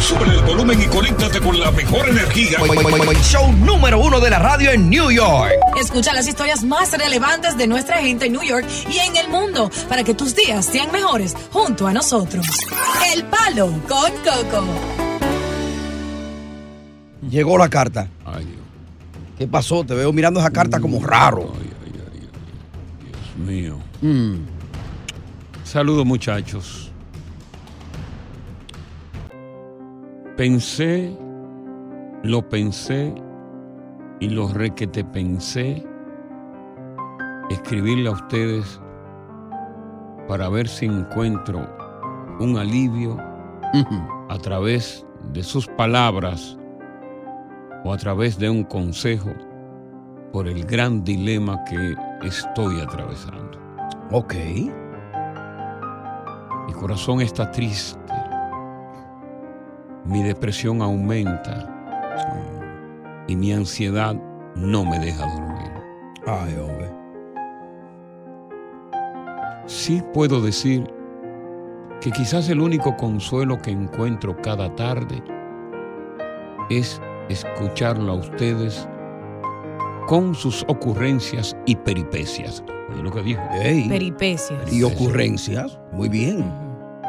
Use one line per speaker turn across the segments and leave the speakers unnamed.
Sube el volumen y conéctate con la mejor energía.
Show número uno de la radio en New York.
Escucha las historias más relevantes de nuestra gente en New York y en el mundo para que tus días sean mejores junto a nosotros. El Palo con Coco.
Llegó la carta. ¿Qué pasó? Te veo mirando esa carta
Mm.
como raro.
Mío.
Mm.
Saludos muchachos. Pensé, lo pensé y lo requete pensé escribirle a ustedes para ver si encuentro un alivio
Ujú.
a través de sus palabras o a través de un consejo por el gran dilema que estoy atravesando.
Ok.
Mi corazón está triste. Mi depresión aumenta y mi ansiedad no me deja dormir.
Ay, hombre.
Sí puedo decir que quizás el único consuelo que encuentro cada tarde es escucharlo a ustedes con sus ocurrencias y peripecias. Oye lo que dijo.
Ey.
Peripecias.
Y ocurrencias. Muy bien.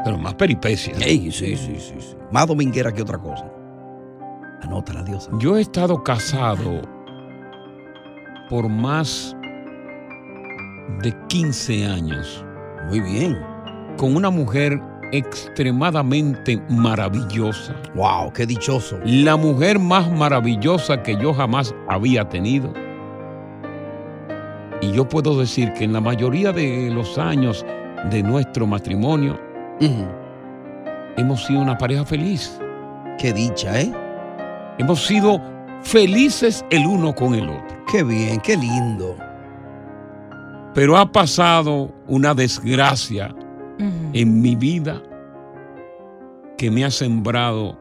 Pero más peripecias.
Ey, sí, sí, sí, sí. Más dominguera que otra cosa. Anótala, diosa.
Yo he estado casado por más de 15 años
Muy bien.
con una mujer extremadamente maravillosa.
Wow, qué dichoso.
La mujer más maravillosa que yo jamás había tenido. Y yo puedo decir que en la mayoría de los años de nuestro matrimonio
Ujú.
hemos sido una pareja feliz.
Qué dicha, ¿eh?
Hemos sido felices el uno con el otro.
Qué bien, qué lindo.
Pero ha pasado una desgracia
Ujú.
en mi vida que me ha sembrado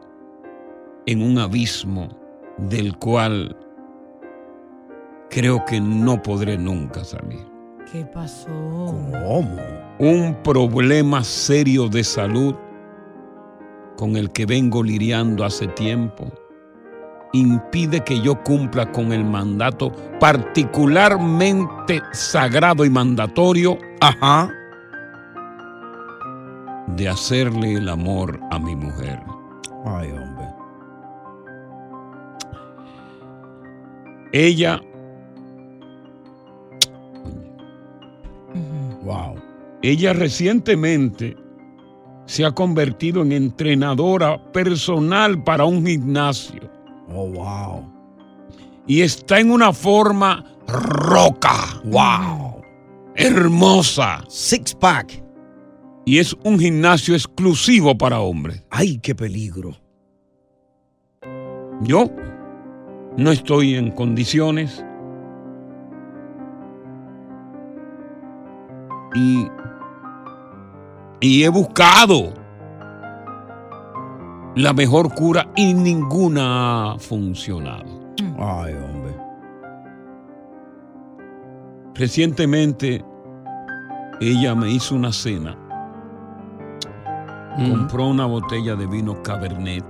en un abismo del cual creo que no podré nunca salir.
¿Qué pasó?
¿Cómo?
Un problema serio de salud con el que vengo lidiando hace tiempo impide que yo cumpla con el mandato particularmente sagrado y mandatorio
Ajá.
de hacerle el amor a mi mujer.
Ay, hombre.
Ella
Ujú.
Wow.
Ella recientemente se ha convertido en entrenadora personal para un gimnasio
Oh, wow.
y está en una forma roca,
Wow.
hermosa,
Six pack.
Y es un gimnasio exclusivo para hombres.
¡Ay, qué peligro!
Yo no estoy en condiciones y, y he buscado la mejor cura y ninguna ha funcionado.
Ay, hombre.
Recientemente ella me hizo una cena.
Mm.
Compró una botella de vino Cabernet.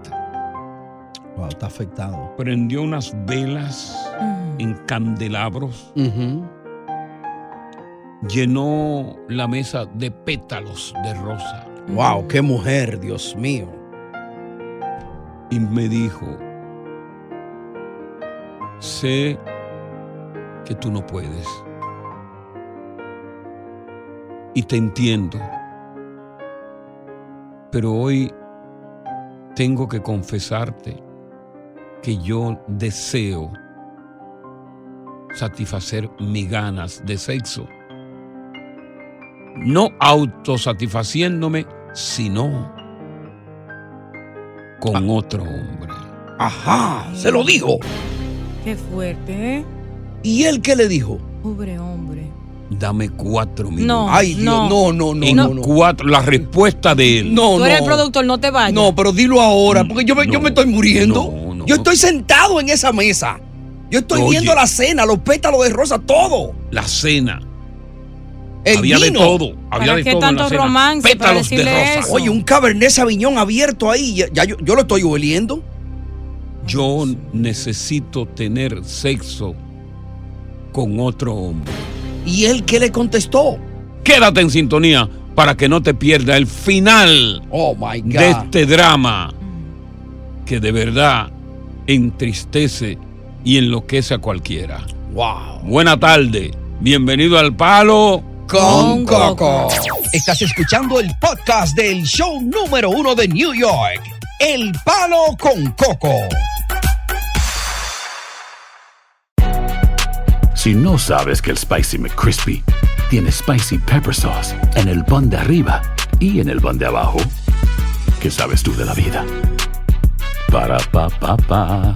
Wow, está afectado.
Prendió unas velas
Mm.
en candelabros. Llenó la mesa de pétalos de rosa.
¡Wow! ¡Qué mujer, Dios mío!
Y me dijo, sé que tú no puedes. Y te entiendo. Pero hoy tengo que confesarte que yo deseo satisfacer mis ganas de sexo. No autosatisfaciéndome, sino con otro hombre.
Ah. Ajá, se lo digo.
Qué fuerte, ¿eh?
¿Y él qué le dijo?
Pobre hombre.
Dame cuatro minutos.
No, Ay, Dios, no. no, no, no,
En
no, no.
cuatro, la respuesta de él.
Tú eres el productor, no te vayas.
No, pero dilo
Mm.
ahora, porque yo me, yo me estoy muriendo. Yo estoy sentado en esa mesa. Yo estoy
Oye.
viendo la cena, los pétalos de rosa, todo.
La cena.
El
había
vino.
de todo. Había de todo en la cena. Pétalos de rosa.
Oye, un Cabernet Sauvignon abierto ahí. Ya, ya yo, yo lo estoy oliendo.
yo necesito tener sexo con otro hombre.
¿Y él qué le contestó?
Quédate en sintonía para que no te pierda el final
Oh, my God.
de este drama que de verdad entristece y enloquece a cualquiera.
Wow.
Buena tarde. Bienvenido al Palo
con Coco. Estás escuchando el podcast del show número uno de New York. El palo con Coco.
Si no sabes que el Spicy McCrispy tiene Spicy Pepper Sauce en el pan de arriba y en el pan de abajo, ¿qué sabes tú de la vida? Para, pa, pa, pa.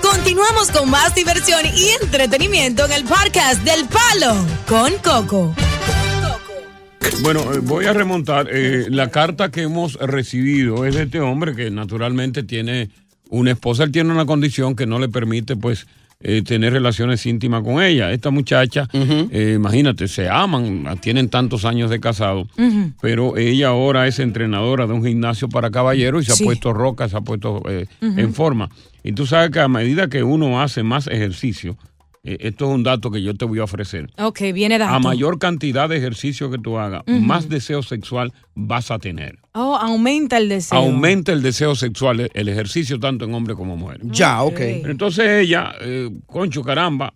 Continuamos con más diversión y entretenimiento en el podcast del Palo con Coco.
Bueno, eh, voy a remontar. eh, la carta que hemos recibido es de este hombre que naturalmente tiene una esposa. Él tiene una condición que no le permite, pues, eh, tener relaciones íntimas con ella. Esta muchacha, eh, imagínate, se aman, tienen tantos años de casado, pero ella ahora es entrenadora de un gimnasio para caballeros y se
Sí.
ha puesto roca, se ha puesto eh,
Ujú.
en forma. Y tú sabes que a medida que uno hace más ejercicio, eh, esto es un dato que yo te voy a ofrecer.
Ok, viene dato.
A mayor cantidad de ejercicio que tú hagas,
Ujú.
más deseo sexual vas a tener.
Oh, aumenta el deseo.
Aumenta el deseo sexual, el- el ejercicio tanto en hombre como mujer.
Ya, ok.
Pero Entonces ella, eh, concho caramba,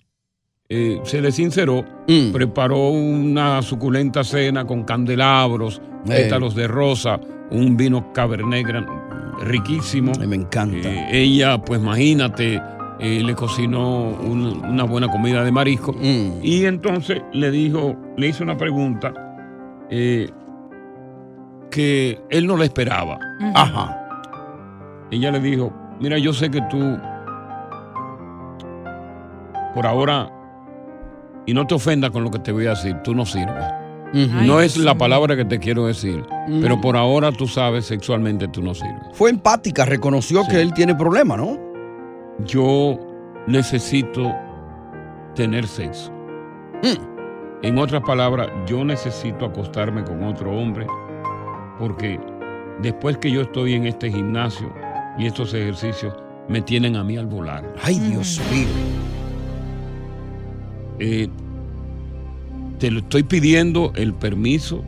eh, se le sinceró,
Mm.
preparó una suculenta cena con candelabros,
Eh.
pétalos de rosa, un vino cabernet gran- riquísimo.
me encanta.
ella, pues imagínate, eh, le cocinó un- una buena comida de marisco.
Mm.
Y entonces le dijo, le hizo una pregunta eh, que él no la esperaba.
Ajá.
Ella le dijo, mira, yo sé que tú por ahora Y no te ofendas con lo que te voy a decir, tú no sirves. Mm-hmm. No es la palabra que te quiero decir,
Ujú.
pero por ahora tú sabes, sexualmente tú no sirves.
Fue empática, reconoció que él tiene problema, ¿no?
Yo necesito tener sexo.
Mm.
En otras palabras, yo necesito acostarme con otro hombre porque después que yo estoy en este gimnasio y estos ejercicios me tienen a mí al volar.
Ay, Dios mío.
Eh, te lo estoy pidiendo el permiso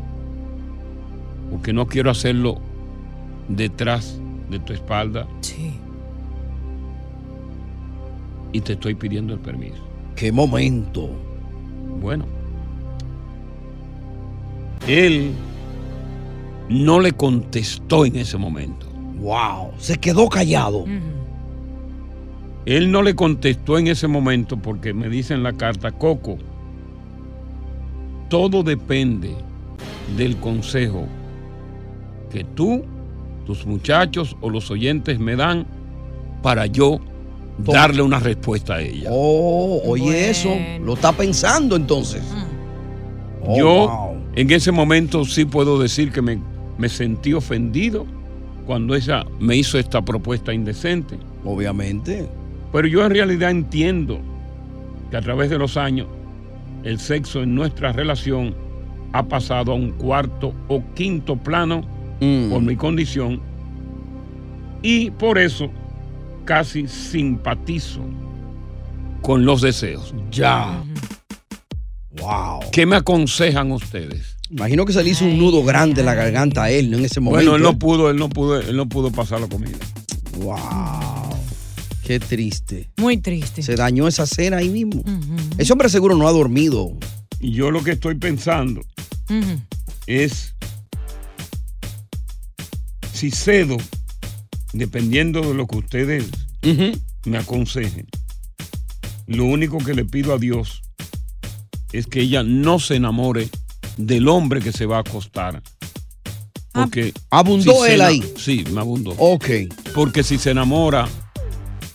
porque no quiero hacerlo detrás de tu espalda. Sí. Y te estoy pidiendo el permiso.
Qué momento.
Bueno. Él no le contestó en ese momento.
Wow. Se quedó callado.
Él no le contestó en ese momento porque me dice en la carta, Coco, todo depende del consejo que tú, tus muchachos o los oyentes me dan para yo darle una respuesta a ella.
Oh, oye eso. Lo está pensando entonces. Oh,
Yo
wow.
en ese momento sí puedo decir que me, me sentí ofendido cuando ella me hizo esta propuesta indecente.
Obviamente.
Pero yo en realidad entiendo que a través de los años el sexo en nuestra relación ha pasado a un cuarto o quinto plano
Mm.
por mi condición y por eso casi simpatizo con los deseos. Ya.
Wow.
¿Qué me aconsejan ustedes?
Imagino que se le hizo un nudo grande en la garganta a él, ¿no? En ese momento. ¿eh?
Bueno, él no pudo, él no pudo, él no pudo pasar la comida.
Wow. Qué triste.
Muy triste.
Se dañó esa cena ahí mismo. Ese hombre seguro no ha dormido.
Y yo lo que estoy pensando
Ujú.
es si cedo, dependiendo de lo que ustedes me aconsejen, lo único que le pido a Dios es que ella no se enamore del hombre que se va a acostar. Porque
Ah. abundó
se
él
ena-
ahí.
Sí, me abundó.
Ok.
Porque si se enamora,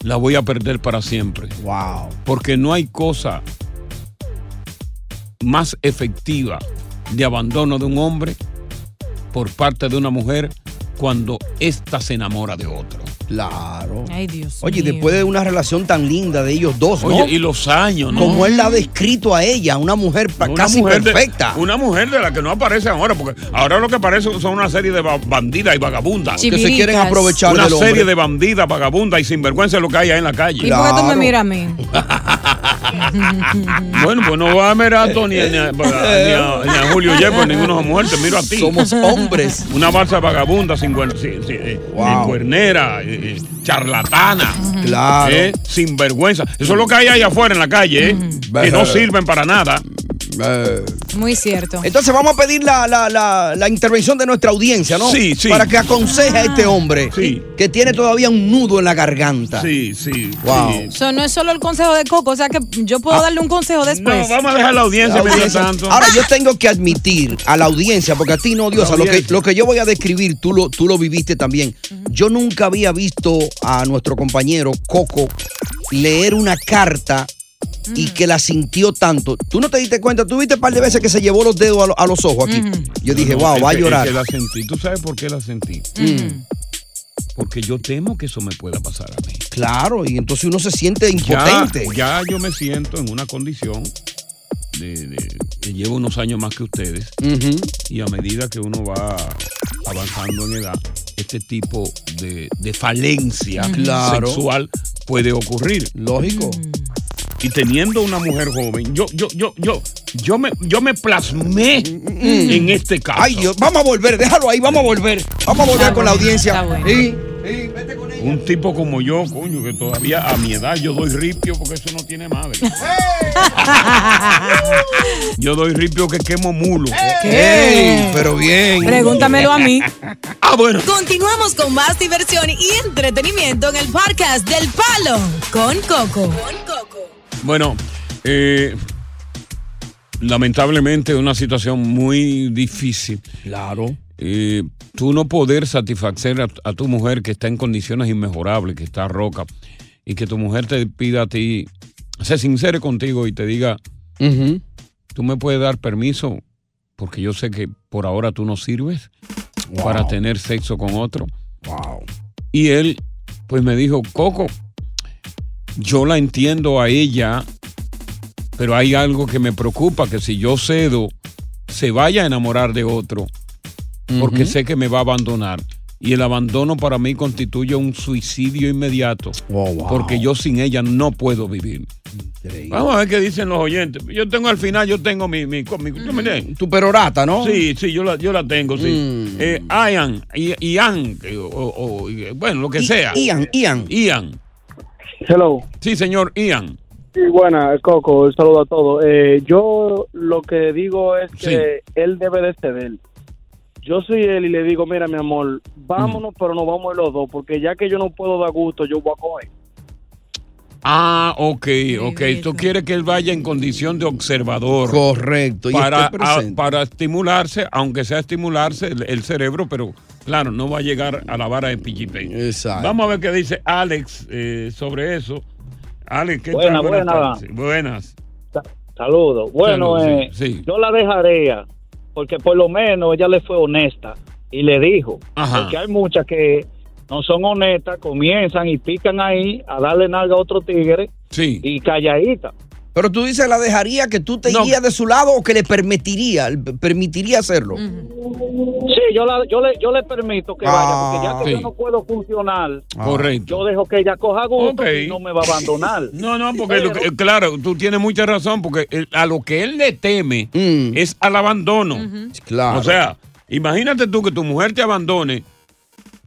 la voy a perder para siempre.
Wow.
Porque no hay cosa más efectiva de abandono de un hombre por parte de una mujer cuando ésta se enamora de otro.
Claro.
Ay, Dios.
Oye,
mío.
después de una relación tan linda de ellos dos, ¿no?
Oye, y los años, ¿no?
Como él la ha descrito a ella, una mujer pa-
Una
casi
mujer de-
perfecta.
una mujer de la que no aparece ahora, porque ahora lo que aparece son una serie de ba- bandidas y vagabundas.
Que se quieren aprovechar
Una
del hombre.
serie de bandidas, vagabundas y sinvergüenza es lo que hay ahí en la calle.
¿Y por qué tú me miras a mí?
Bueno, pues no va a mirar a Tony ni a, ni a- ni a- ni a Julio Yepes, ninguno de mujer, te miro a ti.
Somos hombres.
Una balsa vagabunda, sin cuer- sí, sí, eh, eh, cuernera, eh, eh, charlatana.
Claro.
eh, sinvergüenza. Eso es lo que hay allá afuera en la calle, eh, que no sirven para nada.
Muy cierto.
Entonces vamos a pedir la, la- la- la intervención de nuestra audiencia, ¿no?
Sí, sí.
Para que aconseje a este hombre que tiene todavía un nudo en la garganta.
Sí, sí.
Wow.
So, no es solo el consejo de Coco, o sea que yo puedo
Ah.
darle un consejo después.
Pues, La audiencia. Ahora yo tengo que admitir a la audiencia, porque a ti no, Dios,
La
lo que,
audiencia.
lo que yo voy a describir, tú lo, tú lo viviste también. Yo nunca había visto a nuestro compañero Coco leer una carta y que la sintió tanto. Tú no te diste cuenta, tú viste un par de veces que se llevó los dedos a, lo- a los ojos aquí. Yo dije,
No,
wow,
es
va a
que- es
llorar.
que la sentí. ¿Tú sabes por qué la sentí? Porque yo temo que eso me pueda pasar a mí.
Claro, y entonces uno se siente
Ya,
impotente.
ya yo me siento en una condición de, de- que llevo unos años más que ustedes
Ujú.
y a medida que uno va avanzando en edad, este tipo de, de falencia
Ujú. Claro.
sexual puede ocurrir.
Lógico.
Y teniendo una mujer joven, yo, yo, yo, yo, yo me, yo me plasmé
Mm,
en este caso.
Ay, Dios, vamos a volver, déjalo ahí, vamos a volver. Vamos a volver con la audiencia. Y-
Un tipo como yo, coño, que todavía a mi edad yo doy ripio porque eso no tiene madre. yo doy ripio que quemo mulo.
Ey,
pero bien.
Pregúntamelo a mí.
Ah, bueno.
Continuamos con más diversión y entretenimiento en el podcast del Palo con Coco.
Bueno, eh, lamentablemente es una situación muy difícil.
Claro.
Eh, tú no poder satisfacer a, a tu mujer que está en condiciones inmejorables, que está roca, y que tu mujer te pida a ti, se sincere contigo y te diga, tú me puedes dar permiso, porque yo sé que por ahora tú no sirves para tener sexo con otro. Y él, pues me dijo, Coco, yo la entiendo a ella, pero hay algo que me preocupa, que si yo cedo, se vaya a enamorar de otro, porque
Ujú.
sé que me va a abandonar. Y el abandono para mí constituye un suicidio inmediato, porque yo sin ella no puedo vivir. Vamos a ver qué dicen los oyentes. Yo tengo al final, yo tengo mi... mi, mi- ¿tú me entiendes?
Tu perorata, ¿no? Mm.
Sí, sí, yo la, yo la tengo, sí. Eh, Ian, I- Ian, eh, o- o- eh, bueno, lo que sea.
Ian, Ian.
Ian.
Hello.
Sí, señor, Ian.
Sí, buena, Coco, un saludo a todos. Eh, yo lo que digo es que él debe de ceder. Yo soy él y le digo, mira, mi amor, vámonos, pero nos vamos los dos, porque ya que yo no puedo dar gusto, yo voy a coger.
Ah, ok, ok. Tú quieres que él vaya en condición de observador.
Correcto, y
Para,
esté
a-
presente.
para estimularse, aunque sea estimularse el, el cerebro, pero claro, no va a llegar a la vara de Pichipe.
Exacto.
Vamos a ver qué dice Alex eh, sobre eso. Alex, ¿qué
Buena,
tal?
buena.
tardes. Sí, Buenas.
Saludos. Bueno,
Saludos,
eh,
sí, sí.
yo la dejaría porque por lo menos ella le fue honesta y le dijo.
Ajá.
Porque hay muchas que no son honestas, comienzan y pican ahí a darle nalga a otro tigre y calladita.
Pero tú dices, ¿la dejaría que tú te irías de su lado o que le permitiría, permitiría hacerlo?
Sí, yo, la- yo, le, yo le permito que vaya porque ya que yo
sí.
no puedo funcionar,
Ah, Correcto.
yo dejo que ella coja gusto
Ok.
y no me va a abandonar.
No, no, porque lo que- claro, tú tienes mucha razón, porque el- a lo que él le teme es al abandono.
Mm. Claro.
O sea, imagínate tú que tu mujer te abandone,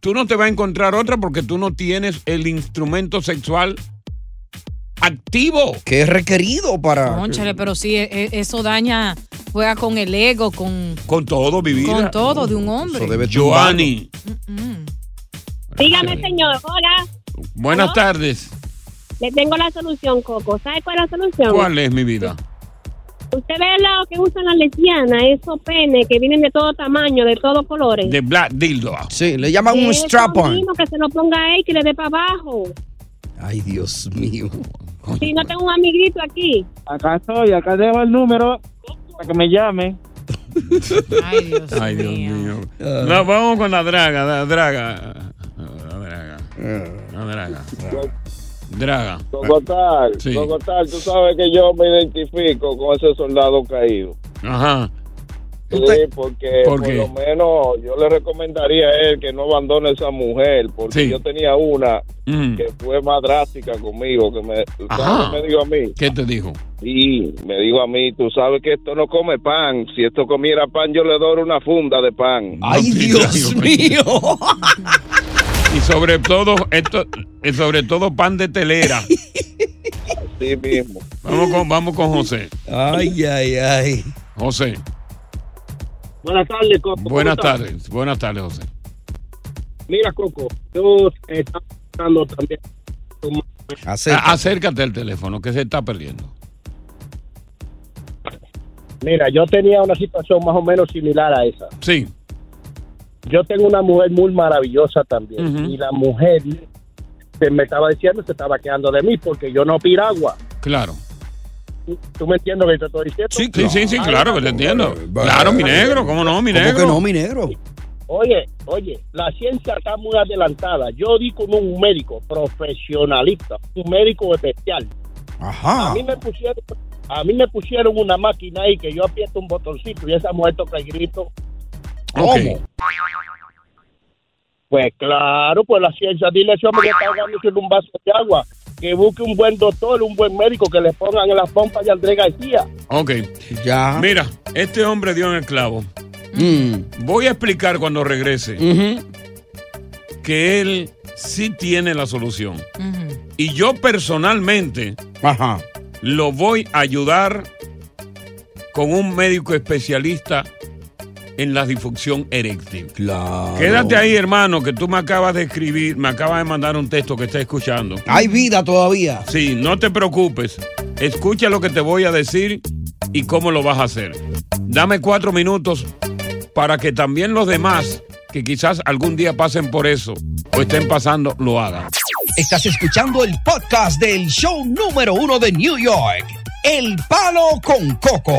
tú no te vas a encontrar otra porque tú no tienes el instrumento sexual activo.
Que es requerido para...
Cónchale, pero sí, e- e- eso daña, juega con el ego, con,
Con todo vivir.
con todo de un hombre.
Joanny,
Dígame, señor. Hola.
buenas tardes.
Le tengo la solución, Coco. ¿Sabe cuál es la solución?
¿Cuál es mi vida?
Usted ve lo que usan las lesbianas, esos penes que vienen de todo tamaño, de todos colores.
De Black Dildo.
Sí, le llaman un
Eso
strap-on.
mismo, que se lo ponga ahí, que le dé para abajo.
Ay, Dios mío.
Si no tengo un amiguito aquí.
Acá estoy, acá dejo el número para que me llame.
Ay, Dios mío. No, vamos con la draga, la draga. La draga.
Ah.
La draga. Draga.
Cocotal,
Sí.
Cocotal, tú sabes que yo me identifico con ese soldado caído.
Ajá.
Sí, porque
¿Por
¿Por,
qué?
lo menos yo le recomendaría a él que no abandone a esa mujer, porque
Sí.
yo tenía una
Mm.
que fue más drástica conmigo, que me, ¿sabes
Ajá.
qué me dijo a mí.
¿Qué te dijo?
Y me dijo a mí, tú sabes que esto no come pan, si esto comiera pan yo le doy una funda de pan.
¡Ay, Dios mío! Y sobre todo, esto, y sobre todo pan de telera.
Sí mismo.
Vamos con, vamos con José.
Ay, ay, ay.
José,
Buenas tardes, Coco. ¿Cómo
buenas
estás?
tardes. Buenas tardes, José.
Mira, Coco, yo eh, estaba pensando también.
A- Acércate al teléfono, que se está perdiendo.
Mira, yo tenía una situación más o menos similar a esa.
Sí.
Yo tengo una mujer muy maravillosa también. Y la mujer se me estaba diciendo, se estaba quedando de mí porque yo no piragua.
Claro.
¿Tú- ¿Tú me entiendes lo que te estoy diciendo?
Sí, sí, sí, sí, claro, que te entiendo. Claro, mi negro, ¿cómo no, mi
¿Cómo que
negro?
no,
mi negro?
Oye, oye, la ciencia está muy adelantada. Yo di con un médico profesionalista, un médico especial.
Ajá.
A mí me pusieron, a mí me pusieron una máquina ahí que yo aprieto un botoncito y esa mujer toca el grito.
¿Cómo?
Pues claro, pues la ciencia, dile a ese hombre que está ahogándose en un vaso de agua, que busque un buen doctor, un buen médico, que le pongan en las pompas de Andrés García.
Ok.
Ya.
Mira, este hombre dio en el clavo.
Mm.
Voy a explicar cuando regrese que él sí tiene la solución. Y yo personalmente lo voy a ayudar con un médico especialista en la disfunción eréctil.
Claro.
Quédate ahí, hermano, que tú me acabas de escribir, me acabas de mandar un texto que está escuchando.
Hay vida todavía.
Sí, no te preocupes. Escucha lo que te voy a decir y cómo lo vas a hacer. Dame cuatro minutos para que también los demás, que quizás algún día pasen por eso o estén pasando, lo hagan.
Estás escuchando el podcast del show número uno de New York, El Palo con Coco.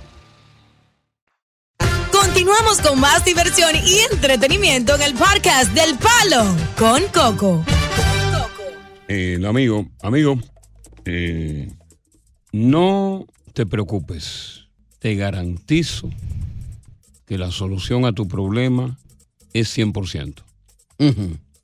Continuamos con más diversión y entretenimiento en el podcast del Palo con Coco.
El amigo, amigo, eh, no te preocupes. Te garantizo que la solución a tu problema es 100%.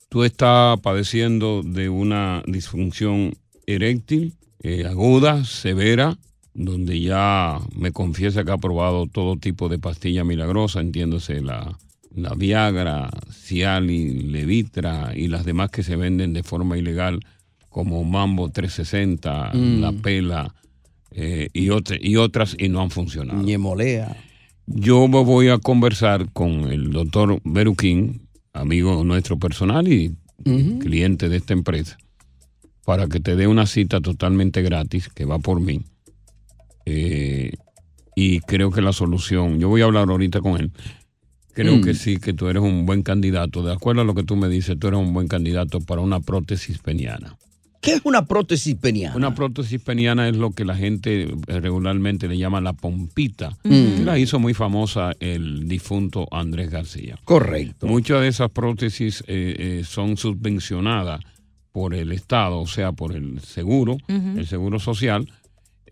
Tú estás padeciendo de una disfunción eréctil eh, aguda, severa, donde ya me confiesa que ha probado todo tipo de pastilla milagrosa, entiéndose la, la Viagra, Cialis, Levitra y las demás que se venden de forma ilegal, como Mambo 360,
Mm.
La Pela eh, y, otra- y otras, y no han funcionado.
Ñemolea.
Yo me voy a conversar con el doctor Beruquín, amigo nuestro personal y cliente de esta empresa, para que te dé una cita totalmente gratis que va por mí. Eh, y creo que la solución, yo voy a hablar ahorita con él. Creo
Mm.
que sí, que tú eres un buen candidato. De acuerdo a lo que tú me dices, tú eres un buen candidato para una prótesis peniana.
¿Qué es una prótesis peniana?
Una prótesis peniana es lo que la gente eh, regularmente le llama la pompita.
Mm.
que La hizo muy famosa el difunto Andrés García.
Correcto.
Muchas de esas prótesis eh, eh, son subvencionadas por el Estado, o sea, por el seguro,
Ujú.
el seguro social.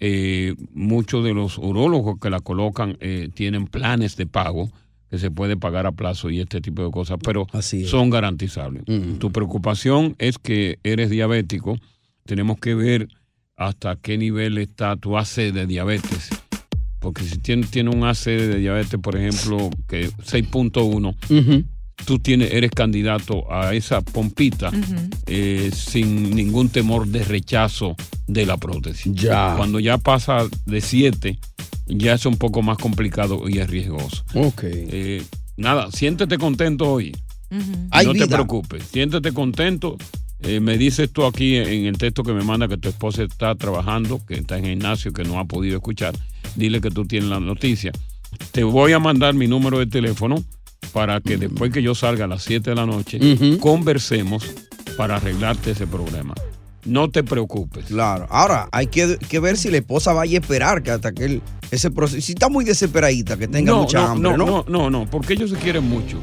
Eh, muchos de los urólogos que la colocan eh, tienen planes de pago que se puede pagar a plazo y este tipo de cosas, pero son garantizables. Tu preocupación es que eres diabético. Tenemos que ver hasta qué nivel está tu AC de diabetes. Porque si tiene, tiene un AC de diabetes, por ejemplo, que 6.1, tú tienes, eres candidato a esa pompita eh, sin ningún temor de rechazo de la prótesis.
Ya.
Cuando ya pasa de 7, ya es un poco más complicado y es riesgoso.
Ok.
Eh, nada, siéntete contento hoy.
Hay
no te
vida.
preocupes, siéntete contento. Eh, me dices tú aquí en el texto que me manda que tu esposa está trabajando, que está en gimnasio, que no ha podido escuchar. Dile que tú tienes la noticia. Te voy a mandar mi número de teléfono para que después que yo salga a las 7 de la noche, conversemos para arreglarte ese problema. No te preocupes.
Claro. Ahora, hay que, que ver si la esposa vaya a esperar que hasta que él, ese proceso. Si está muy desesperadita, que tenga
no,
mucha
no,
hambre, ¿no? Ah.
no, no, no, porque ellos se quieren mucho.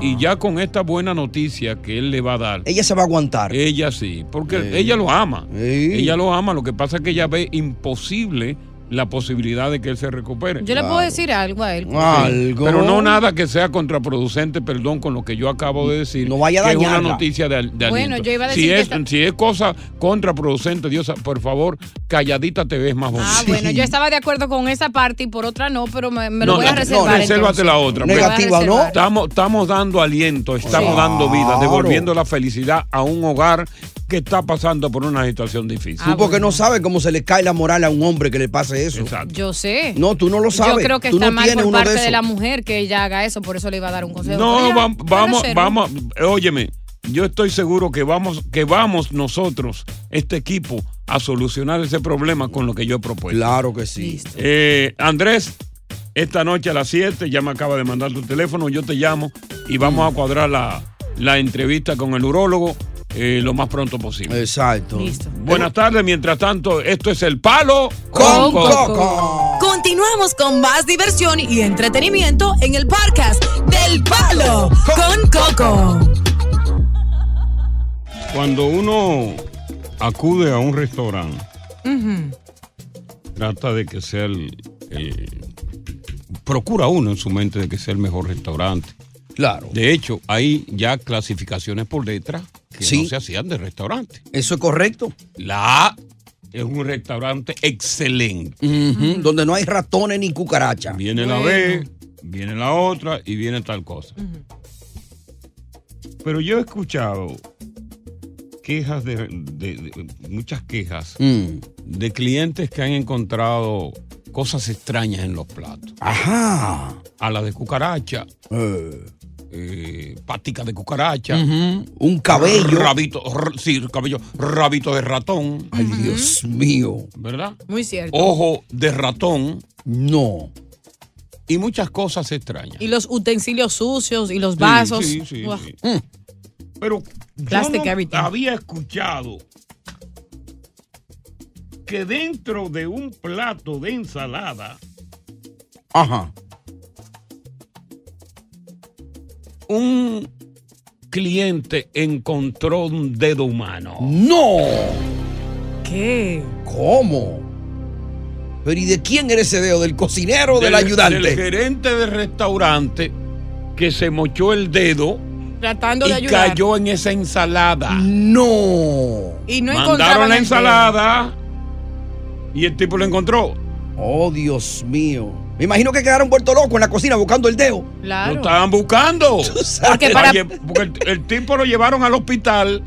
Y, y ya con esta buena noticia que él le va a dar.
Ella se va a aguantar.
Ella sí, porque
Eh.
ella lo ama.
Sí.
Ella lo ama, lo que pasa es que ella ve imposible la posibilidad de que él se recupere.
Yo le puedo decir Ah, algo a él.
Sí,
Ah.
Pero no nada que sea contraproducente, perdón, con lo que yo acabo de decir. No
vaya a
que es una
dañarla.
noticia de, al- de
Bueno,
aliento.
yo iba a
si
decir que
es,
esta-
si es cosa contraproducente, Diosa, por favor, calladita te ves más bonita.
Ah, bueno, yo estaba de acuerdo con esa parte y por otra no, pero me, me lo voy a reservar.
resérvate
entonces.
la otra.
Me lo voy a reservar.
Estamos, estamos dando aliento, estamos dando vida, devolviendo la felicidad a un hogar que está pasando por una situación difícil.
Ah,
Tú porque no sabes cómo se le cae la moral a un hombre que le pase eso.
Yo sé.
No, tú no lo sabes.
Yo creo que
Tú
está
no
mal
tienes
por
uno de
parte de,
esos.
la mujer que ella haga eso, por eso le iba a dar un consejo.
No,
Pero ya,
vam-
me
vamos,
reservo.
vamos, óyeme, yo estoy seguro que vamos, que vamos nosotros, este equipo, a solucionar ese problema con lo que yo he propuesto.
Claro que sí.
Eh, Andrés, esta noche a las 7, ya me acaba de mandar tu teléfono, yo te llamo y vamos a cuadrar la, la entrevista con el urólogo. eh, lo más pronto posible.
Exacto.
Buenas tardes, mientras tanto, esto es el palo
Con Continuamos con más diversión y entretenimiento en el podcast del Palo con Coco.
Cuando uno acude a un restaurante, trata de que sea el, el- Procura uno en su mente de que sea el mejor restaurante.
Claro.
De hecho, hay ya clasificaciones por letras que no se hacían de restaurante.
Eso es correcto.
La A es un restaurante excelente.
Mm.
Ujú, Donde no hay ratones ni cucarachas.
Viene la B, viene la otra y viene tal cosa. Pero yo he escuchado quejas de, de- de- muchas quejas de clientes que han encontrado cosas extrañas en los platos.
Ajá.
A la de cucaracha. eh, patica de cucaracha.
Ujú, un cabello.
Rabito, r- sí, cabello, rabito de ratón.
Ay, Dios mío.
¿Verdad?
Muy cierto.
Ojo de ratón.
No.
Y muchas cosas extrañas.
Y los utensilios sucios y los vasos.
Sí, sí, sí,
Uah.
sí.
Mm.
Pero yo
Plastic
no
everything.
había escuchado que dentro de un plato de ensalada
Uh-huh.
Ajá.
un cliente encontró un dedo humano.
¡No!
¿Qué?
¿Cómo? Pero ¿y de quién era ese dedo? ¿Del cocinero o del, ayudante?
Del gerente del restaurante que se mochó el dedo
Tratando de
y
ayudar.
cayó en esa ensalada.
¡No!
Y no encontraban
Mandaron la
el
ensalada y el tipo lo encontró.
Oh, Dios mío. Me imagino que quedaron vuelto locos en la cocina buscando el dedo.
Claro.
Lo estaban buscando.
Porque para-
Oye, porque el, el tipo lo llevaron al hospital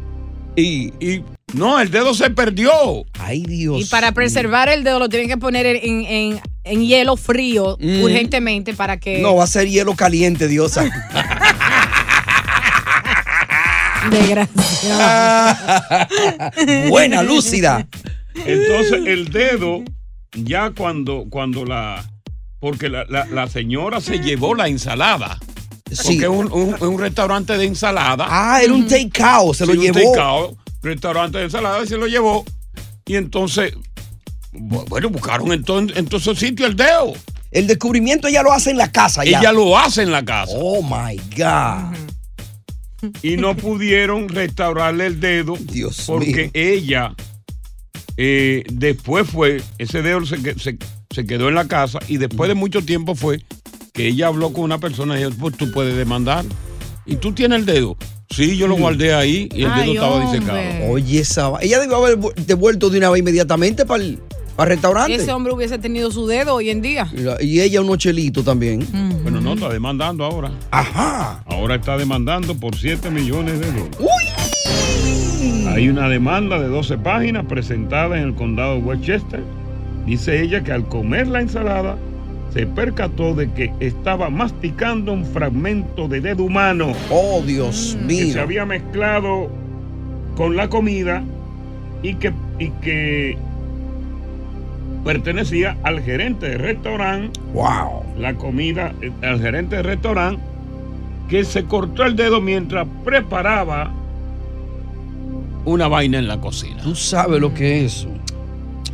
y, y- no, el dedo se perdió.
Ay, Dios.
Y para
pues,
preservar el dedo lo tienen que poner en, en- en hielo frío
Mm.
urgentemente para que...
No, va a ser hielo caliente, diosa. Buena, lúcida.
Entonces el dedo, ya cuando, cuando la. Porque la, la- la señora se llevó la ensalada.
Sí.
Porque es un, un- es un restaurante de ensalada.
Ah, era un take-out, se lo
Sí, un
llevó.
takeout, restaurante de ensalada y se lo llevó. Y entonces, bu- bueno, buscaron en todo, en todo ese sitio el dedo.
El descubrimiento ella lo hace en la casa. ya.
Ella lo hace en la casa.
Oh my God.
Y no pudieron restaurarle el dedo. Porque ella, eh, después fue, ese dedo se, que- se- se quedó en la casa y después de mucho tiempo fue que ella habló con una persona y dijo, pues tú puedes demandar. Y tú tienes el dedo. Sí, yo lo
Mm.
guardé ahí y el dedo estaba disecado.
Oye, esa. va- Ella debió haber vu- devuelto de una vez inmediatamente para el, para el restaurante.
Ese hombre hubiese tenido su dedo hoy en día.
Y la- Y ella un ochelito también.
Bueno, no, está demandando ahora.
Ajá.
Ahora está demandando por 7 millones de dólares.
¡Uy!
Hay una demanda de 12 páginas presentada en el condado de Westchester. Dice ella que al comer la ensalada se percató de que estaba masticando un fragmento de dedo humano.
Oh, Dios
Que
mío.
se había mezclado con la comida y que, y que pertenecía al gerente del restaurante.
¡Wow!
La comida eh, al gerente del restaurante que se cortó el dedo mientras preparaba una vaina en la cocina.
Tú sabes lo que es eso.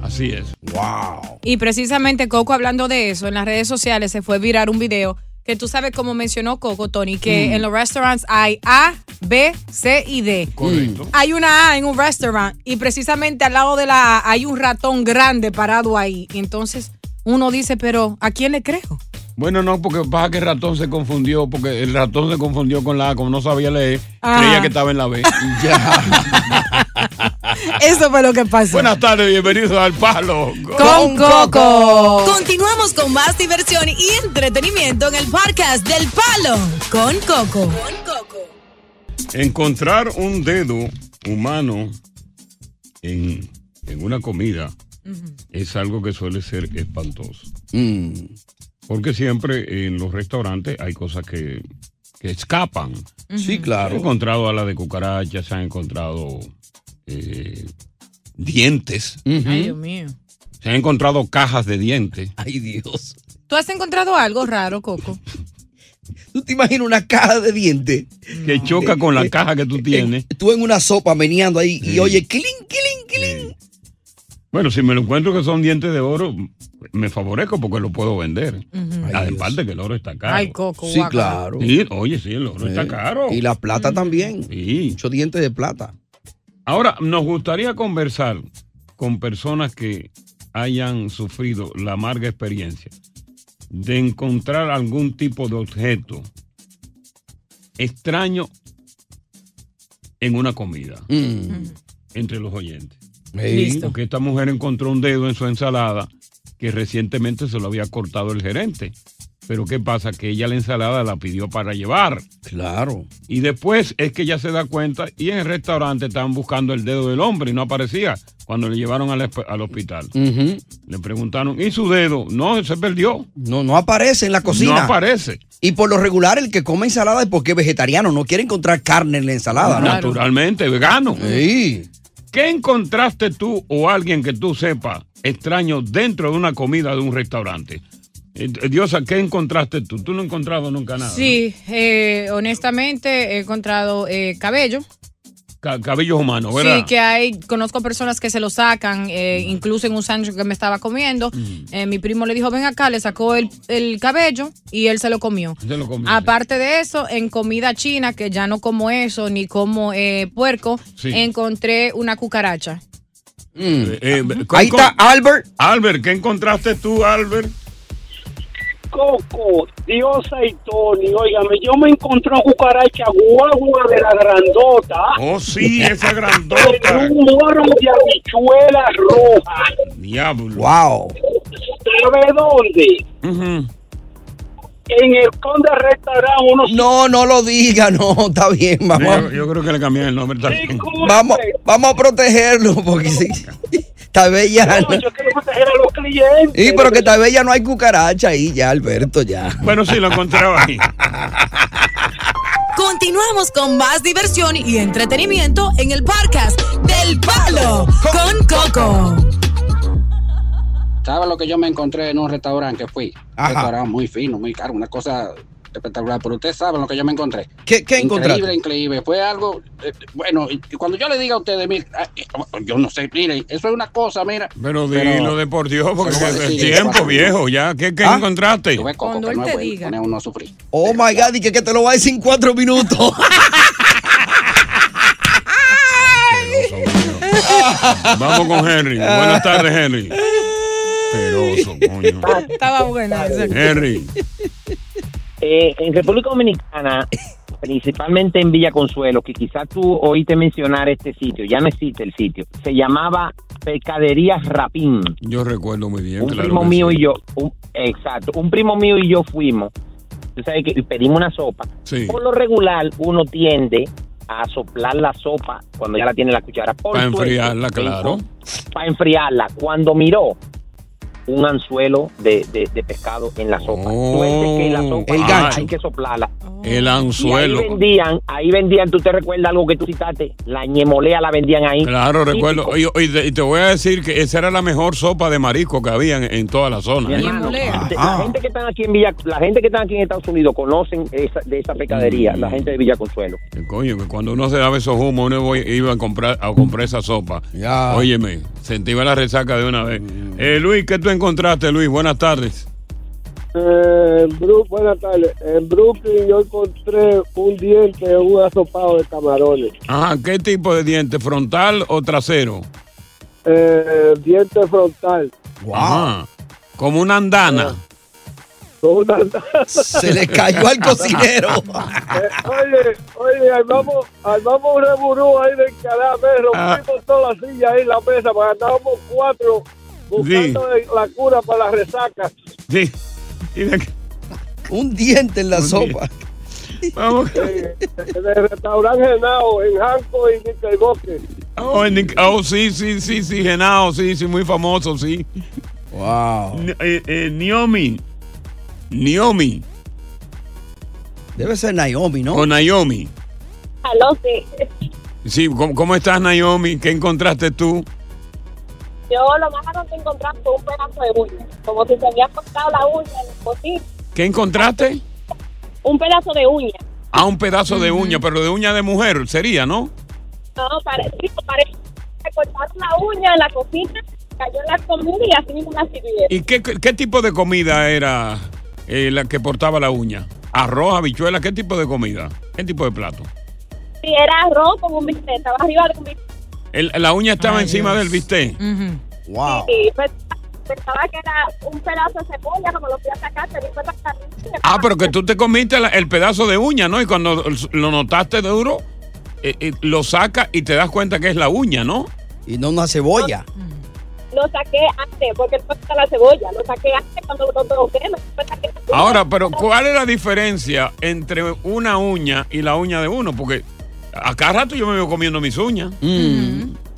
Así es.
¡Wow!
Y precisamente Coco hablando de eso, en las redes sociales se fue virar un video que tú sabes como mencionó Coco, Tony, que
Mm.
en los restaurants hay A, B, C y D.
Mm.
Correcto.
Hay una A en un restaurant y precisamente al lado de la A hay un ratón grande parado ahí. Y entonces uno dice, pero ¿a quién le creo?
Bueno, no, porque pasa que el ratón se confundió, porque el ratón se confundió con la A, como no sabía leer,
Ah.
creía que estaba en la B.
Eso fue lo que pasó.
Buenas tardes, bienvenidos al Palo.
Continuamos con más diversión y entretenimiento en el podcast del Palo con Coco.
Encontrar un dedo humano en, en una comida es algo que suele ser espantoso. Porque siempre en los restaurantes hay cosas que, que escapan.
Sí,
Se
claro.
han encontrado alas de cucaracha, se han encontrado eh, dientes.
Ay, Dios mío.
Se han encontrado cajas de dientes.
Ay, Dios.
¿Tú has encontrado algo raro, Coco?
¿Tú te imaginas una caja de dientes? Eh,
Que choca con la caja que tú tienes.
Tú en una sopa meneando ahí y oye, clink, clink, clink.
Bueno, si me lo encuentro que son dientes de oro, me favorezco porque lo puedo vender. Además de que el oro está caro.
Ay, Coco,
Sí, claro.
Sí, oye, sí, el oro está
Sí.
caro.
Y la plata también.
Sí.
Muchos dientes de plata.
Ahora, nos gustaría conversar con personas que hayan sufrido la amarga experiencia de encontrar algún tipo de objeto extraño en una comida
Mm.
entre los oyentes.
Sí. Listo.
Porque esta mujer encontró un dedo en su ensalada que recientemente se lo había cortado el gerente. Pero ¿qué pasa? Que ella la ensalada la pidió para llevar.
Claro.
Y después es que ella se da cuenta y en el restaurante estaban buscando el dedo del hombre y no aparecía cuando le llevaron al, esp- al hospital. Le preguntaron, ¿y su dedo? No, se perdió.
No, no aparece en la cocina.
No aparece.
Y por lo regular, el que come ensalada es porque es vegetariano, no quiere encontrar carne en la ensalada, ¿no?
Naturalmente, vegano. ¿Qué encontraste tú o alguien que tú sepas extraño dentro de una comida de un restaurante? Eh, Diosa, ¿qué encontraste tú? Tú no has encontrado nunca nada.
Sí, eh, honestamente he encontrado eh, cabello.
Ca- cabellos humanos, ¿verdad?
Sí, que hay, conozco personas que se lo sacan, eh, incluso en un sándwich que me estaba comiendo.
Mm.
Mm.
eh, mi primo le dijo, ven acá, le sacó el, el cabello y él se lo comió.
Se lo comió.
Aparte de eso, en comida china, que ya no como eso, ni como eh, puerco,
Sí.
encontré una cucaracha.
Eh, eh,
Ahí
Coco-
está Albert.
Albert, ¿qué encontraste tú, Albert?
Coco, Diosa y Tony, óigame, yo me encontré una cucaracha guagua de la grandota.
Oh, sí, esa
grandota. un morro de habichuelas rojas.
Diablo.
Wow.
¿Sabe dónde? En el Conde Restaurant, unos...
No, no lo diga, no, está bien, vamos.
Yo, yo creo que le cambié el nombre también.
Vamos, vamos a protegerlo, porque sí. Tal vez ya. No,
yo quiero proteger a los clientes.
Sí, pero que tal vez ya no hay cucaracha ahí, ya, Alberto, ya.
Bueno, sí, lo encontraba ahí.
Continuamos con más diversión y entretenimiento en el podcast del Palo con Coco.
¿Sabes lo que yo me encontré en un restaurante que fui?
Ajá.
Un restaurante muy fino, muy caro, una cosa espectacular. Pero ustedes saben lo que yo me encontré.
¿Qué, qué
Increíble,
encontraste?
increíble. Fue algo. eh, bueno, y cuando yo le diga a ustedes, mire, ah, eh, yo no sé, miren, eso es una cosa, mira.
Pero
Pero-
dilo de por Dios, porque
Pero
es
bueno, sí, Ah.
tiempo,
cuatro
viejo, ya. ¿Qué, qué encontraste?
Cuando él te diga. uno sufrí.
Oh my God, y que, que te lo va a decir en cuatro minutos.
Vamos con Henry. Buenas tardes, Henry. Peroso, coño.
Estaba buena esa.
Mm.
Henry.
Eh, en República Dominicana, principalmente en Villa Consuelo, que quizás tú oíste mencionar este sitio, ya no existe el sitio, se llamaba Pescaderías Rapín.
Yo recuerdo muy bien,
Un
claro.
primo
que
mío
sí.
y yo, un- exacto, un primo mío y yo fuimos, tú sabes que y pedimos una sopa.
Sí.
Por lo regular, uno tiende a soplar la sopa cuando ya la tiene en la cuchara. Por
Para
suerte,
enfriarla,
se hizo
claro.
para enfriarla. Cuando miró un anzuelo de, de- de pescado en la sopa. Suerte que la sopa
Oh. el gancho. Oh.
hay que soplarla.
El
Y ahí
anzuelo.
vendían, ahí vendían, tú te recuerdas algo que tú citaste, la ñemolea la vendían ahí.
Claro,
Típico.
recuerdo. Oye, oye, de- Y te voy a decir que esa era la mejor sopa de marisco que había en, en toda la
Mi
zona. ¿eh?
hermano, la gente que están aquí en Villa, la gente que están aquí en Estados Unidos conocen esa- de esa pescadería, la gente de Villa Consuelo.
Eh, Coño, que cuando uno se daba esos humos, uno voy- iba a comprar, a comprar esa sopa. Óyeme, sentía la resaca de una vez. Eh, Luis, ¿qué tú encontraste, Luis? Buenas tardes.
Eh, en Brook- buenas tardes. En Brooklyn yo encontré un diente en un asopado de camarones.
Ajá, ¿qué tipo de diente? ¿Frontal o trasero?
Eh, diente frontal.
Ajá. Como una andana.
Con una-
Se le cayó al cocinero.
Eh, oye, oye, armamos, armamos un reburú ahí de carame,
Ah.
rompimos toda la silla ahí, la mesa, porque andábamos cuatro buscando la cura para la resaca.
Sí.
Un diente en la sopa.
Vamos.
En el Eh, restaurante Genao, en Hanco y Nickelbosque.
Oh, en Nic- oh, sí, sí, sí, sí, Genao, sí, sí, muy famoso, sí. eh,
Wow.
Niomi. Niomi.
Debe ser Naomi, ¿no?
O Naomi.
Aló, sí.
Sí, ¿cómo, cómo estás, Naomi? ¿Qué encontraste tú?
Yo lo más raro que encontré fue un pedazo de uña. Como si se había cortado la uña en el cocina.
¿Qué encontraste?
un pedazo de uña.
Ah, un pedazo de uña, pero de uña de mujer sería, ¿no?
No, parece, parece que cortaron la uña en la cocina, cayó en la comida y así mismo la sirvieron.
¿Y qué, qué tipo de comida era eh, la que portaba la uña? Arroz, habichuela, ¿qué tipo de comida? ¿Qué tipo de plato?
Sí, era arroz con un bistec, estaba arriba de un bistec.
El- la uña estaba encima del bistec. Wow.
Y pensaba, pensaba que era un pedazo de cebolla, como lo fui a sacar, se di cuenta que era uña.
Ah, pero que tú te comiste la- el pedazo de uña, ¿no? Y cuando lo notaste duro, eh, eh, lo sacas y te das cuenta que es la uña, ¿no?
Y no una cebolla.
Lo saqué antes, porque no está la cebolla, lo saqué antes cuando lo toqué, me di cuenta que era uña.
Ahora, pero ¿cuál es la diferencia entre una uña y la uña de uno? Porque a cada rato yo me veo comiendo mis uñas.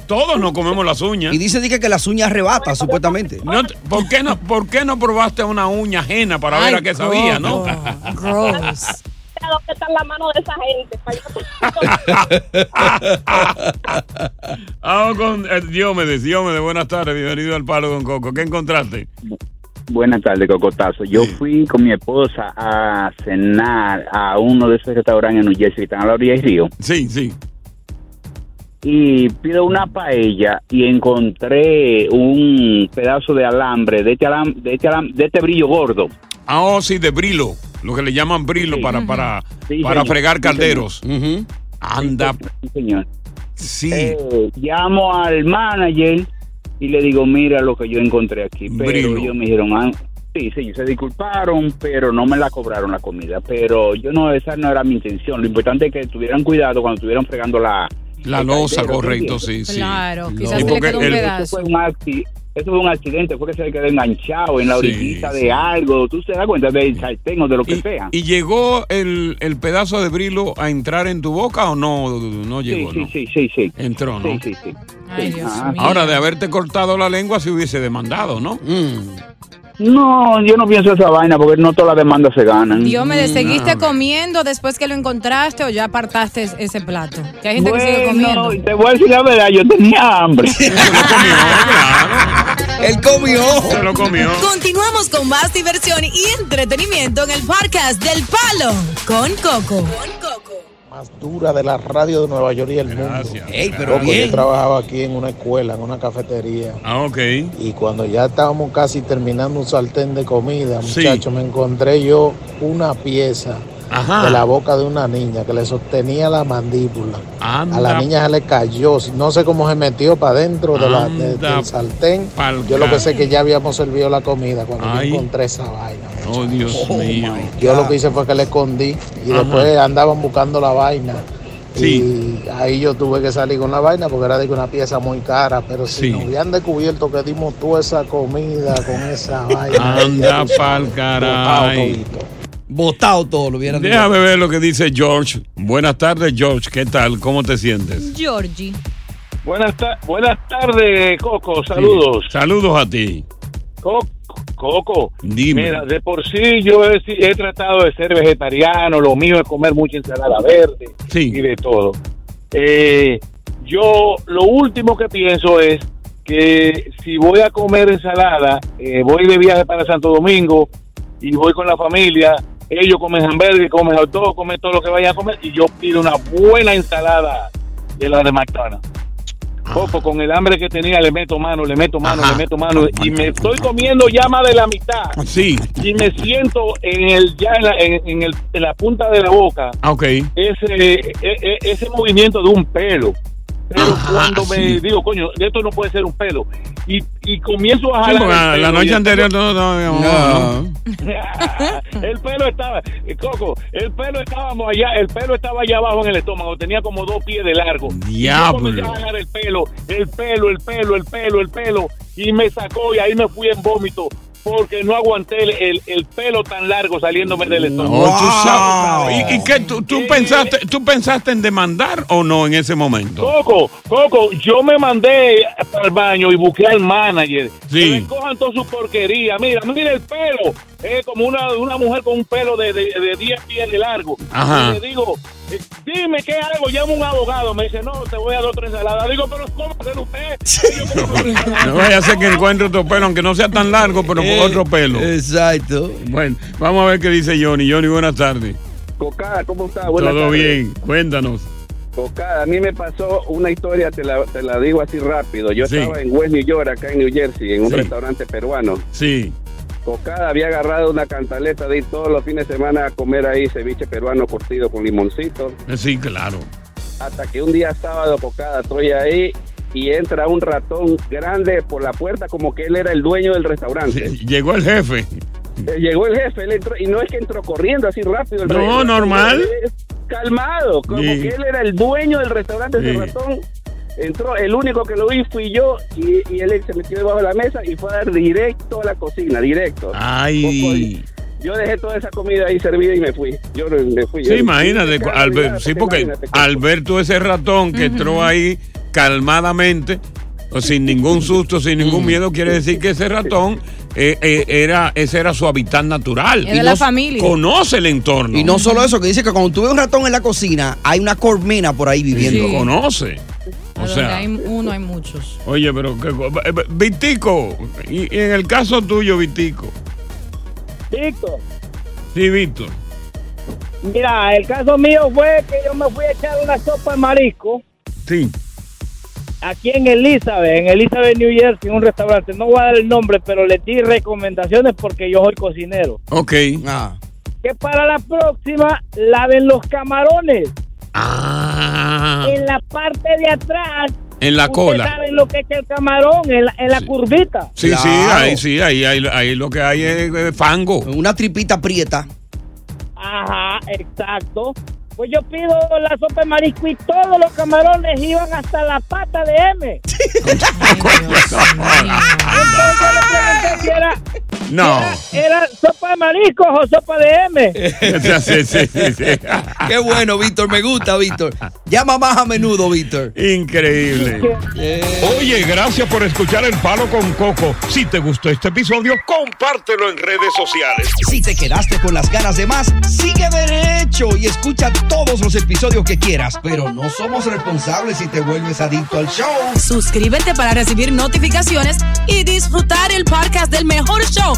Todos nos comemos las uñas.
Mm. Y dice dice que las uñas arrebata, supuestamente.
No te- ¿por, qué no, ¿Por qué no probaste una uña ajena para ver a qué sabía, no?
Mira dónde está la mano de esa gente. pa' yo-
Vamos con eh, Diomedes. Diomedes, buenas tardes. Bienvenido al Palo con Coco. ¿Qué encontraste?
Buenas tardes, Cocotazo. Yo fui con mi esposa a cenar a uno de esos restaurantes en New Jersey que están a la orilla del río.
Sí, sí.
Y pido una paella y encontré un pedazo de alambre, de este, alam- de este, alam- de este brillo gordo.
Ah, oh, sí, de brilo. Lo que le llaman brilo para, para,
Sí,
para
señor.
fregar
Sí,
calderos. Anda.
señor.
Sí.
Eh, llamo al manager y le digo, mira lo que yo encontré aquí. Pero
Brillo.
ellos me dijeron, "Ah, sí, sí, se disculparon, pero no me la cobraron la comida. Pero yo no, esa no era mi intención. Lo importante es que tuvieran cuidado cuando estuvieran fregando la...
La
el
losa,
caldero, ¿tú
correcto, sí,
entiendes?
sí.
Claro,
No.
quizás se le quedó un pedazo.
Eso fue un, acci- eso fue un accidente, fue que se le quedó enganchado en la
Sí,
orillita
sí.
de algo. Tú te das cuenta del sartén o de lo que sea.
¿Y llegó el, el pedazo de brilo a entrar en tu boca o no, no llegó?
sí,
no?
sí, sí, sí.
Entró, ¿no?
Sí, sí, sí.
Ay, Dios
Ah.
mío.
Ahora, de haberte cortado la lengua, se hubiese demandado, ¿no?
Mm.
No, yo no pienso esa vaina porque no todas las demandas se ganan.
Dios me seguiste
No.
comiendo después que lo encontraste o ya apartaste es- ese plato. Que hay gente que sigue
Bueno,
comiendo.
te voy a decir la verdad, yo tenía hambre.
Él comió.
Se lo comió.
Continuamos con más diversión y entretenimiento en el podcast del Palo con Coco.
dura de la radio de Nueva York y el mundo.
Ey,
pero
bien.
Yo trabajaba aquí en una escuela, en una cafetería.
Ah, ok.
Y cuando ya estábamos casi terminando un sartén de comida,
Sí.
muchachos, me encontré yo una pieza
Ajá.
de la boca de una niña que le sostenía la mandíbula.
Anda.
A la niña se le cayó, no sé cómo se metió para adentro de la- de-
Anda
del sartén.
pa'l
Yo lo que
ca-
sé es que ya habíamos servido la comida cuando yo
Ay.
encontré esa vaina.
Oh, Dios mío.
Yo lo que hice fue que le escondí y
Ajá.
después andaban buscando la vaina.
Sí.
Y ahí yo tuve que salir con la vaina porque era de que una pieza muy cara. Pero si
Sí.
nos hubieran descubierto que dimos toda esa comida con esa vaina.
Anda
ya tú
pa'l
sabes.
caray.
Botado todo, lo hubieran
Déjame ver lo que dice George. Buenas tardes, George. ¿Qué tal? ¿Cómo te sientes?
Georgie.
Buenas, ta- buenas tardes, Coco. Saludos.
Saludos a ti.
Co- Coco,
Dime.
mira, de por sí yo he, he tratado de ser vegetariano, lo mío es comer mucha ensalada verde y de todo. Eh, yo lo último que pienso es que si voy a comer ensalada, eh, voy de viaje para Santo Domingo y voy con la familia, ellos comen hamburgues, comen hot dog, comen todo lo que vayan a comer y yo pido una buena ensalada de la de McDonald's. Coco, con el hambre que tenía, le meto mano, le meto mano, le meto mano. Y me estoy comiendo ya más de la mitad.
Sí.
Y me siento en el, ya en la, en- en el- en la punta de la boca
Ah, ok.
ese, e- e- ese movimiento de un pelo. Pero cuando me digo, coño, de esto no puede ser un pelo. Y, y comienzo
Sí,
a jalar.
porque la,
el
la
pelo y
noche
el
anterior no,
pelo-
no, no, no.
el pelo estaba, eh, Coco, el pelo estábamos allá, el pelo estaba allá abajo en el estómago, tenía como dos pies de largo. Y yo comencé
Diablo.
a jalar el pelo, el pelo, el pelo, el pelo, el pelo, y me sacó y ahí me fui en vómito porque no aguanté el, el- el pelo tan largo saliéndome del estómago.
Oh, tú sabes. ¿Y, y qué? ¿Tú, tú pensaste, ¿Tú pensaste en demandar o no en ese momento?
Coco, Coco, yo me mandé al baño y busqué al manager. Que me cojan toda su porquería. Mira, mira el pelo. Es como una, una mujer con un pelo de, de, de 10 pies de largo.
Ajá.
Y le digo, eh, dime qué hago. Llamo a un abogado. Me dice, no, te voy a dar otra ensalada. Digo, pero ¿cómo se lo usted?
No vaya a ser que encuentre otro pelo, aunque no sea tan largo, pero con otro pelo.
Eh, Exacto.
Bueno, vamos a ver qué dice Johnny. Johnny, buenas tardes.
Cocada, ¿cómo está? Ah, Buenas
Todo
tardes.
bien, cuéntanos.
Cocada, a mí me pasó una historia, te la, te la digo así rápido. Yo
Sí.
estaba en West New York, acá en New Jersey, en un
Sí.
restaurante peruano.
Sí.
Cocada había agarrado una cantaleta de ir todos los fines de semana a comer ahí ceviche peruano curtido con limoncito.
Eh, Sí, claro.
Hasta que un día sábado, Cocada, estoy ahí y entra un ratón grande por la puerta como que él era el dueño del restaurante.
Llegó el jefe.
Eh, Llegó el jefe, él entró, y no es que entró corriendo así rápido. El
No,
ratón,
normal.
eh, Calmado, como
Sí.
que él era el dueño del restaurante, ese
Sí.
ratón. Entró, el único que lo vi fui yo, y, y él se metió debajo de la mesa y fue a dar directo a la cocina, directo.
Ay.
Yo dejé toda esa comida ahí servida y me fui. Yo no- me fui.
Sí,
Yo-
imagínate.
Claro,
al ver-
claro,
sí, porque
imagínate.
al ver tú ese ratón que entró ahí calmadamente, o sin ningún susto, sin
Mm.
ningún miedo, quiere decir que ese ratón eh, eh, era, ese era su hábitat natural.
Es de la familia.
Conoce el entorno.
Y no solo eso, que dice que cuando tú ves un ratón en la cocina, hay una cormena por ahí viviendo.
Lo conoce. O sea,
hay uno, hay muchos.
Oye, pero qué co- eh, eh, Vitico, y, y en el caso tuyo, Vitico.
Víctor,
Sí, Víctor.
mira, el caso mío fue que yo me fui a echar una sopa de marisco
Sí.
aquí en Elizabeth, en Elizabeth, New Jersey, en un restaurante. No voy a dar el nombre, pero les di recomendaciones porque yo soy cocinero.
Ok.
Ah.
Que para la próxima laven los camarones en la parte de atrás.
Ah. En la
ustedes
cola.
saben lo que es el camarón? En la, en la curvita.
Sí, sí, ahí sí, ahí, ahí, ahí lo que hay es eh, fango.
Una tripita prieta.
Ajá, exacto. Pues yo pido la sopa de marisco y todos los camarones iban hasta la pata de M. Entonces yo le pregunté
No.
si era, era sopa de marisco o sopa de M.
Qué bueno, Víctor, me gusta, Víctor. Llama más a menudo, Víctor. Eh.
Increíble. Oye, gracias por escuchar El Palo con Coco. Si te gustó este episodio, compártelo en redes sociales.
Si te quedaste con las ganas de más, sigue derecho y escucha todos los episodios que quieras. Pero no somos responsables si te vuelves adicto al show.
Suscríbete para recibir notificaciones y disfrutar el podcast del mejor show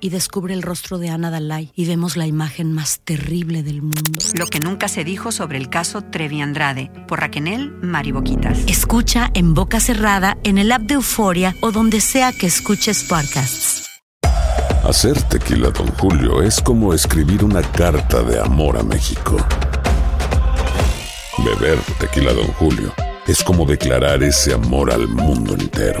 Y descubre el rostro de Ana Dalai y vemos la imagen más terrible del mundo.
Lo que nunca se dijo sobre el caso Trevi Andrade por Raquel Mariboquitas.
Escucha en boca cerrada, en el app de Euforia o donde sea que escuches podcasts.
Hacer tequila, Don Julio, es como escribir una carta de amor a México. Beber tequila, Don Julio, es como declarar ese amor al mundo entero.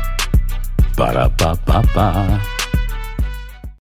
Para pa pa pa.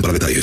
para detalles.